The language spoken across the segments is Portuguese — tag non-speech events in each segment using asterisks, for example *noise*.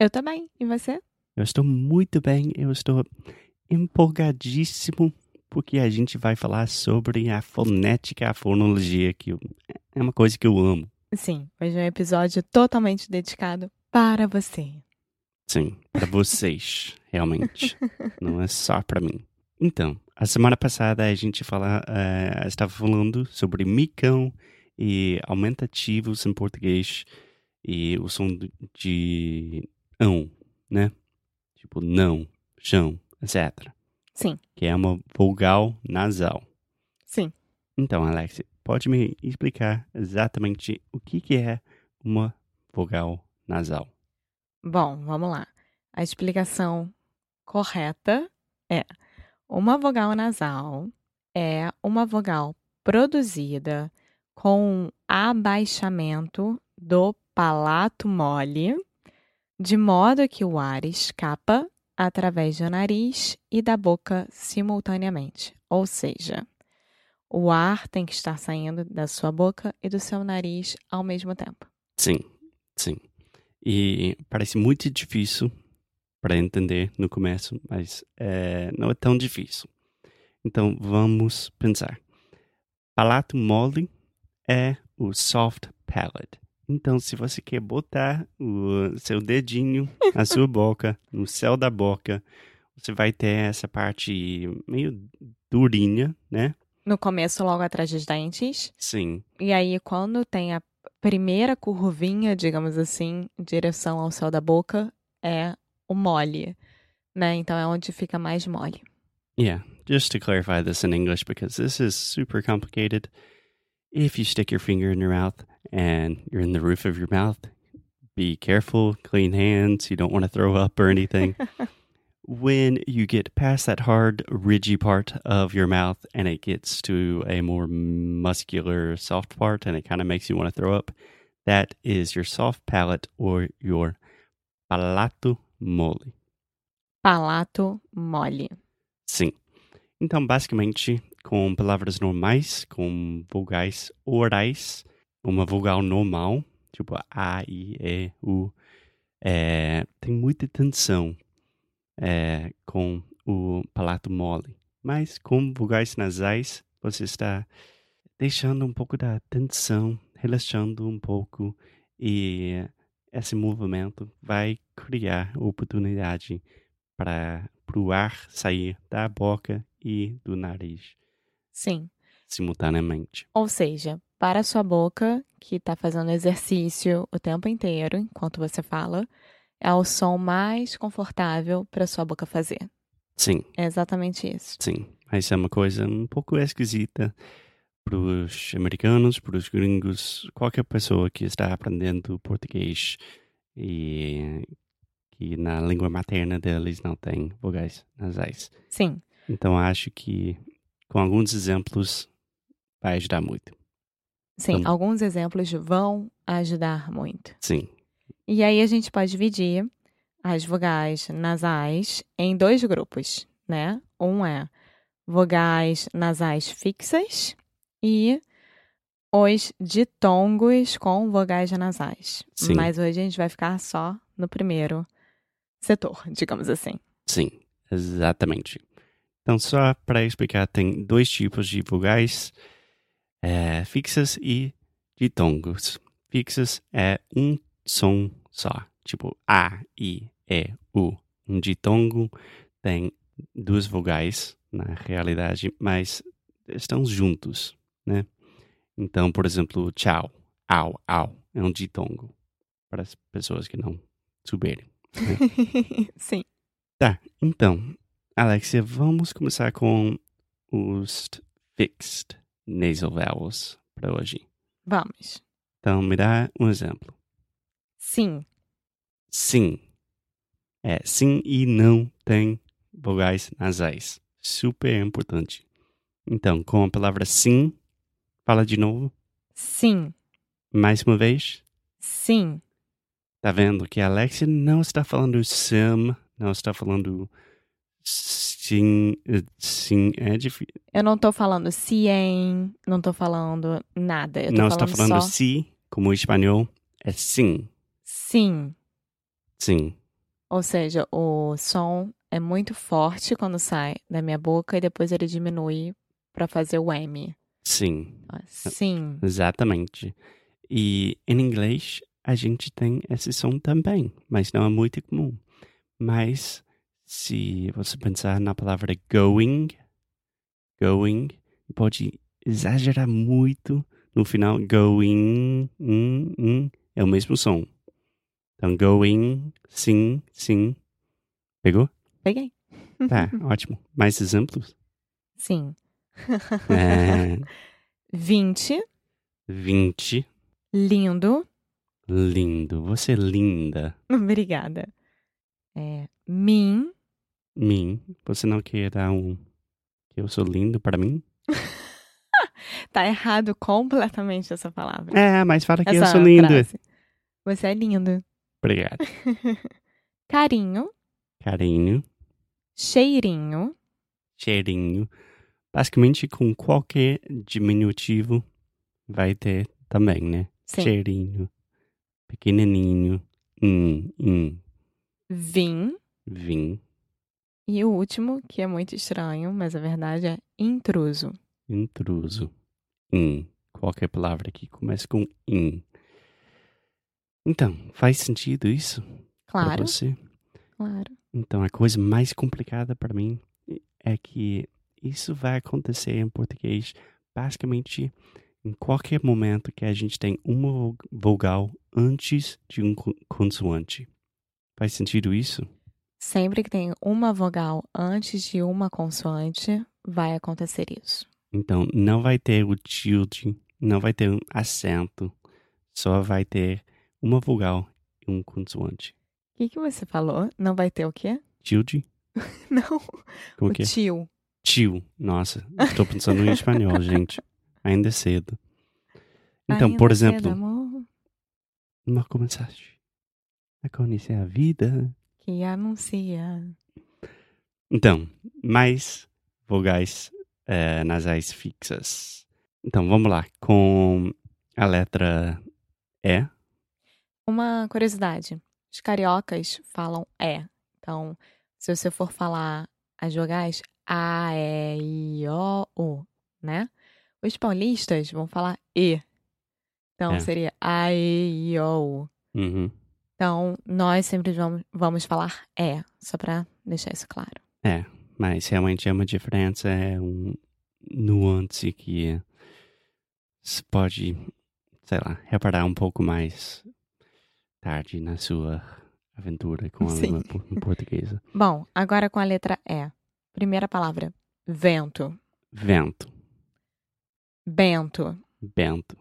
Eu também. E você? Eu estou muito bem, eu estou empolgadíssimo porque a gente vai falar sobre a fonética, a fonologia, que eu- é uma coisa que eu amo. Sim, hoje é um episódio totalmente dedicado para você. Sim, para vocês, realmente. Não é só para mim. Então, a semana passada a gente fala, eh, estava falando sobre micão e aumentativos em português e o som do- de ão, né? Tipo não, chão, etc. Sim. Que é uma vogal nasal. Sim. Então, Alex, pode me explicar exatamente o que, que é uma vogal nasal? Bom, vamos lá. A explicação correta é: uma vogal nasal é uma vogal produzida com um abaixamento do palato mole, de modo que o ar escapa através do nariz e da boca simultaneamente. Ou seja, o ar tem que estar saindo da sua boca e do seu nariz ao mesmo tempo. Sim, sim. E parece muito difícil para entender no começo, mas eh, não é tão difícil. Então vamos pensar. Palato mole é o soft palate. Então, se você quer botar o seu dedinho, a sua boca, no céu da boca, você vai ter essa parte meio durinha, né? No começo, logo atrás dos dentes, Sim. E aí, quando tem a primeira curvinha, digamos assim, em direção ao céu da boca, é o mole, né? Então é onde fica mais mole. Yeah, just to clarify this in English because this is super complicated. If you stick your finger in your mouth and you're in the roof of your mouth, be careful, clean hands, you don't want to throw up or anything. when you get past that hard, ridgy part of your mouth and it gets to a more muscular, soft part and it kind of makes you want to throw up, that is your soft palate or your palato mole. Palato mole. Sim. Então, basicamente, com palavras normais, com vogais orais, uma vogal normal, tipo A, I, E, U, é, tem muita tensão é, com o palato mole. Mas com vogais nasais, você está deixando um pouco da tensão, relaxando um pouco e esse movimento vai criar oportunidade para o ar sair da boca e do nariz Sim. simultaneamente. Ou seja, para a sua boca, que está fazendo exercício o tempo inteiro enquanto você fala, é o som mais confortável para sua boca fazer. Sim, É exatamente isso. sim. Mas é uma coisa um pouco esquisita para os americanos, para os gringos, qualquer pessoa que está aprendendo português e que na língua materna deles não tem vogais nasais. Sim. Então acho que com alguns exemplos vai ajudar muito. Sim, Então- alguns exemplos vão ajudar muito. Sim, E aí a gente pode dividir as vogais nasais em dois grupos, né? Um é vogais nasais fixas e os ditongos com vogais nasais. Sim. Mas hoje a gente vai ficar só no primeiro setor, digamos assim. Sim, exatamente. Então, só para explicar, tem dois tipos de vogais, eh, fixas e ditongos. Fixas é um som só, tipo A, I, E, U. Um ditongo tem duas vogais, na realidade, mas estão juntos, né? Então, por exemplo, tchau, au, au, é um ditongo para as pessoas que não souberem. né? Sim. tá, então, Alexia, vamos começar com os fixed nasal vowels para hoje. Vamos. Então, me dá um exemplo. Sim. Sim. É, sim e não tem vogais nasais. Super importante. Então, com a palavra sim, fala de novo, Sim. mais uma vez. Sim. Tá vendo que a Alexia não está falando sim, não está falando sim, eh, sim, é difícil. Eu não tô falando cien, não tô falando nada. Eu tô Não falando, está falando só si, como o espanhol, é sim, sim. sim. Ou seja, o som é muito forte quando sai da minha boca e depois ele diminui pra fazer o M. Sim, Ó, Sim. exatamente. E em inglês a gente tem esse som também, mas não é muito comum. Mas se você pensar na palavra going, going, pode exagerar muito no final. Going, hum, hum, é o mesmo som. Então, going, sim, sim. Pegou? Peguei. *laughs* Tá, ótimo. Mais exemplos? Sim. É, 20. 20. Lindo. *laughs* Lindo, você é linda. Obrigada. É, mim. Mim, você não quer dar um. que eu sou lindo para mim? Tá errado completamente essa palavra. É, mas fala que eu Essa sou lindo. frase. Você é lindo. Obrigado. Carinho. Carinho, Cheirinho. cheirinho. Basicamente, com qualquer diminutivo vai ter também, né? Sim. Cheirinho, pequenininho, hum, hum, Vim. vim, E o último, que é muito estranho, mas a verdade é intruso. intruso, in. Qualquer palavra que comece com in. Então, faz sentido isso para Claro, você? claro. Então, a coisa mais complicada para mim é que isso vai acontecer em português basicamente em qualquer momento que a gente tem uma vo- vogal antes de um con- consoante. Faz sentido isso? Sempre que tem uma vogal antes de uma consoante, vai acontecer isso. Então, não vai ter o tilde, não vai ter um acento, só vai ter uma vogal e um consoante. O que, que você falou? Não vai ter o quê? Tilde? *laughs* Não, o Como que é? tio. Tio. Nossa, estou *laughs* pensando em espanhol, gente. Ainda é cedo. Então, por Ainda é cedo, exemplo, amor, Não começaste a conhecer a vida. que anuncia. Então, mais vogais eh, nasais fixas. Então, vamos lá. Com a letra E. Uma curiosidade: os cariocas falam é. Então, se você for falar as vogais A, E, I, O, U, né? Os paulistas vão falar E. Então, É. seria A, E, I, O, U. Uhum. Então, nós sempre vamos, vamos falar é, só pra deixar isso claro. Mas realmente é uma diferença, é um nuance que se pode, sei lá, reparar um pouco mais tarde na sua aventura com a Sim. língua por- portuguesa. Bom, agora com a letra E. Primeira palavra: vento, Vento, bento, bento.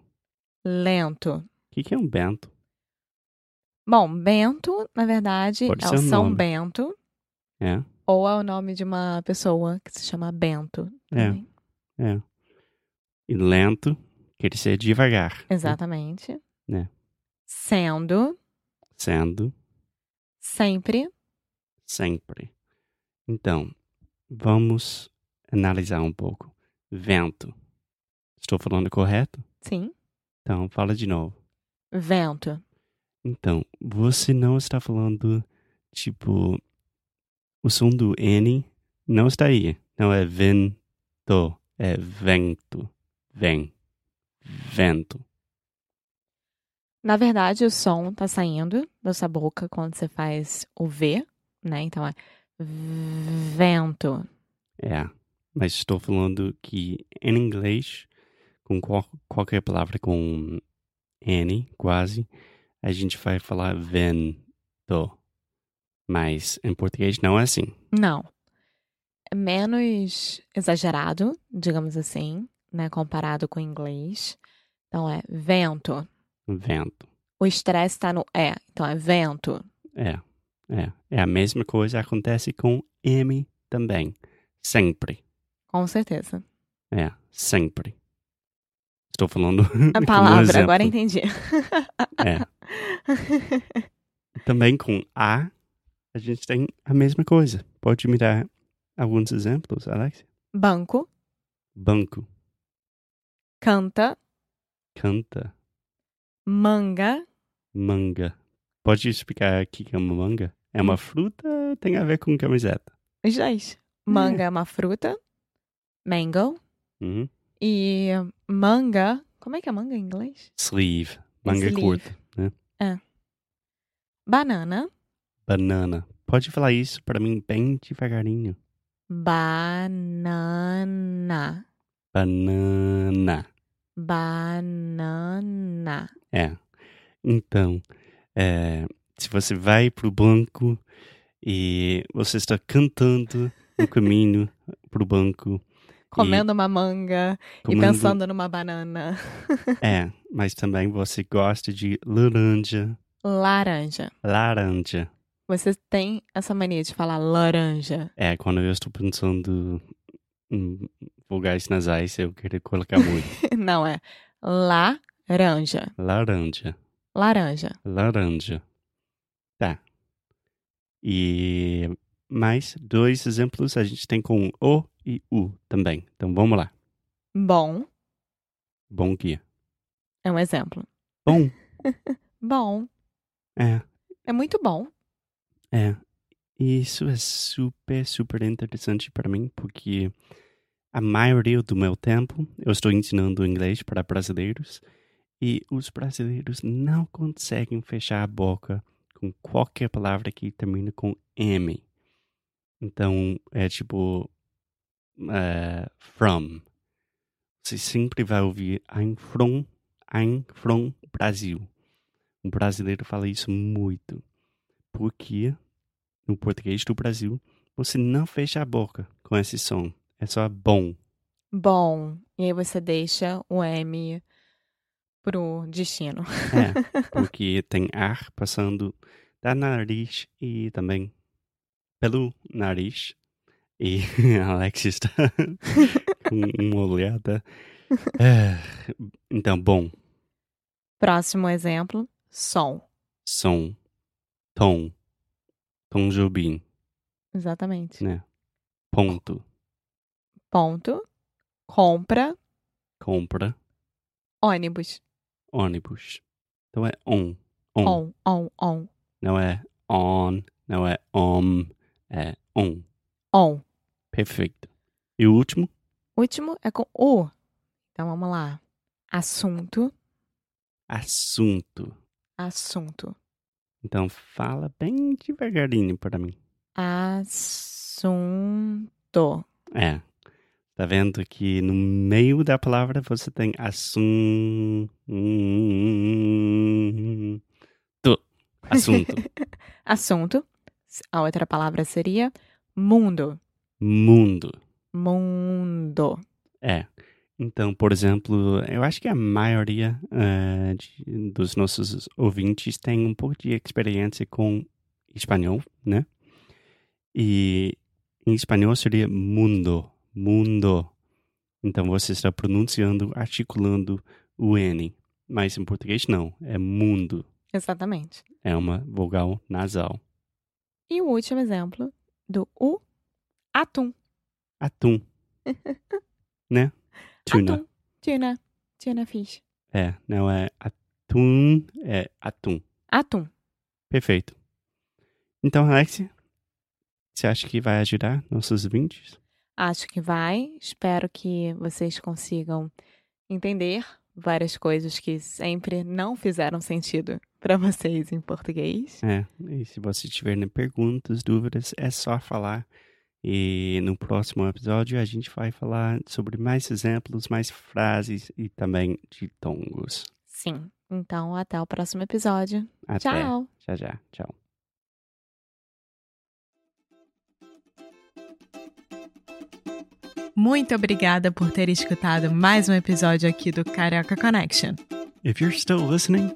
O lento. que que é um bento? Bom, bento, na verdade, Pode é ser o um São nome. Bento. É? Ou é o nome de uma pessoa que se chama Bento. É. também. E lento quer dizer devagar. né? Exatamente. É. Sendo, Sendo sempre, sempre. Então, vamos analisar um pouco. Vento. Estou falando correto? sim, Então, fala de novo. vento. Então, você não está falando, tipo, o som do N não está aí. Não é vento, é vento. Vem. Vento. Na verdade, o som tá saindo da sua boca quando você faz o V, né? Então é vento. É. mas estou falando que em inglês, com qual- qualquer palavra com N, quase, a gente vai falar vento. Mas em português não é assim. Não. É menos exagerado, digamos assim, né? Comparado com o inglês. Então é vento. Vento. O estresse tá no é, então é vento. É, é. É a mesma coisa acontece com M também. Sempre. Com certeza. É, sempre. Estou falando. *laughs* A palavra, exemplo. agora entendi. É. Também com A, a gente tem a mesma coisa. Pode me dar alguns exemplos, Alex? Banco, Banco, canta, canta, manga. manga. Pode explicar o que que é uma manga? É uma fruta, tem a ver com camiseta. Os dois. Manga é uma fruta, mango. Uhum. E manga. Como é que é manga em inglês? Sleeve, manga Sleeve. curta. né? Banana. Banana. Pode falar isso para mim bem devagarinho. Banana. Banana. Banana. É. Então, é, se você vai pro banco e você está cantando no caminho pro banco, Comendo uma manga comendo- e pensando numa banana. É, mas também você gosta de laranja, Laranja. laranja. Você tem essa mania de falar laranja. *laughs* É, quando eu estou pensando em vogais nasais, eu queria colocar muito. Não é. Laranja. laranja, Laranja. laranja. Tá. E mais dois exemplos a gente tem com o e u também. Então vamos lá. Bom Bom guia. é um exemplo. Bom. Bom. É, É muito bom. é. Isso é super, super interessante para mim, porque a maioria do meu tempo eu estou ensinando inglês para brasileiros e os brasileiros não conseguem fechar a boca com qualquer palavra que termina com M. Então, é tipo. eh, from. Você sempre vai ouvir I'm from, I'm from Brasil. O brasileiro fala isso muito. Porque no português do Brasil você não fecha a boca com esse som. É só bom. Bom. E aí você deixa o M pro destino. *laughs* É, porque tem ar passando da nariz e também pelo nariz. E *laughs* a Alex está com uma olhada. É, Então, bom, Próximo exemplo. Som. som, tom, tom jobim, Exatamente. né? Ponto, Ponto. Compra. compra, Ônibus. ônibus. Então é on, on. On, on, on, Não é on, não é om, é on. on. Perfeito. E o último, Último é com o. Então vamos lá. Assunto, assunto. assunto. Então fala bem devagarinho para mim. Assunto. É. Tá vendo que no meio da palavra você tem assunto. Assunto. *laughs* Assunto. A outra palavra seria mundo. Mundo. Mundo. É. Então, por exemplo, eu acho que a maioria eh, de- dos nossos ouvintes tem um pouco de experiência com espanhol, né? E em espanhol seria mundo, mundo. Então você está pronunciando, articulando o N. Mas em português não, é mundo. Exatamente. É uma vogal nasal. E o último exemplo do u. Atum. Atum. né? Tuna. Atum. Tuna. Tuna fish. É, não é atum, é atum. Atum. Perfeito. Então, Alex, você acha que vai ajudar nossos ouvintes? Acho que vai. Espero que vocês consigam entender várias coisas que sempre não fizeram sentido para vocês em português. É, e se você tiver né, perguntas, dúvidas, é só falar E no próximo episódio a gente vai falar sobre mais exemplos, mais frases e também ditongos. Sim. Então, até o próximo episódio. Até. Tchau! Já, já. Tchau. Muito obrigada por ter escutado mais um episódio aqui do Carioca Connection. If you're still listening,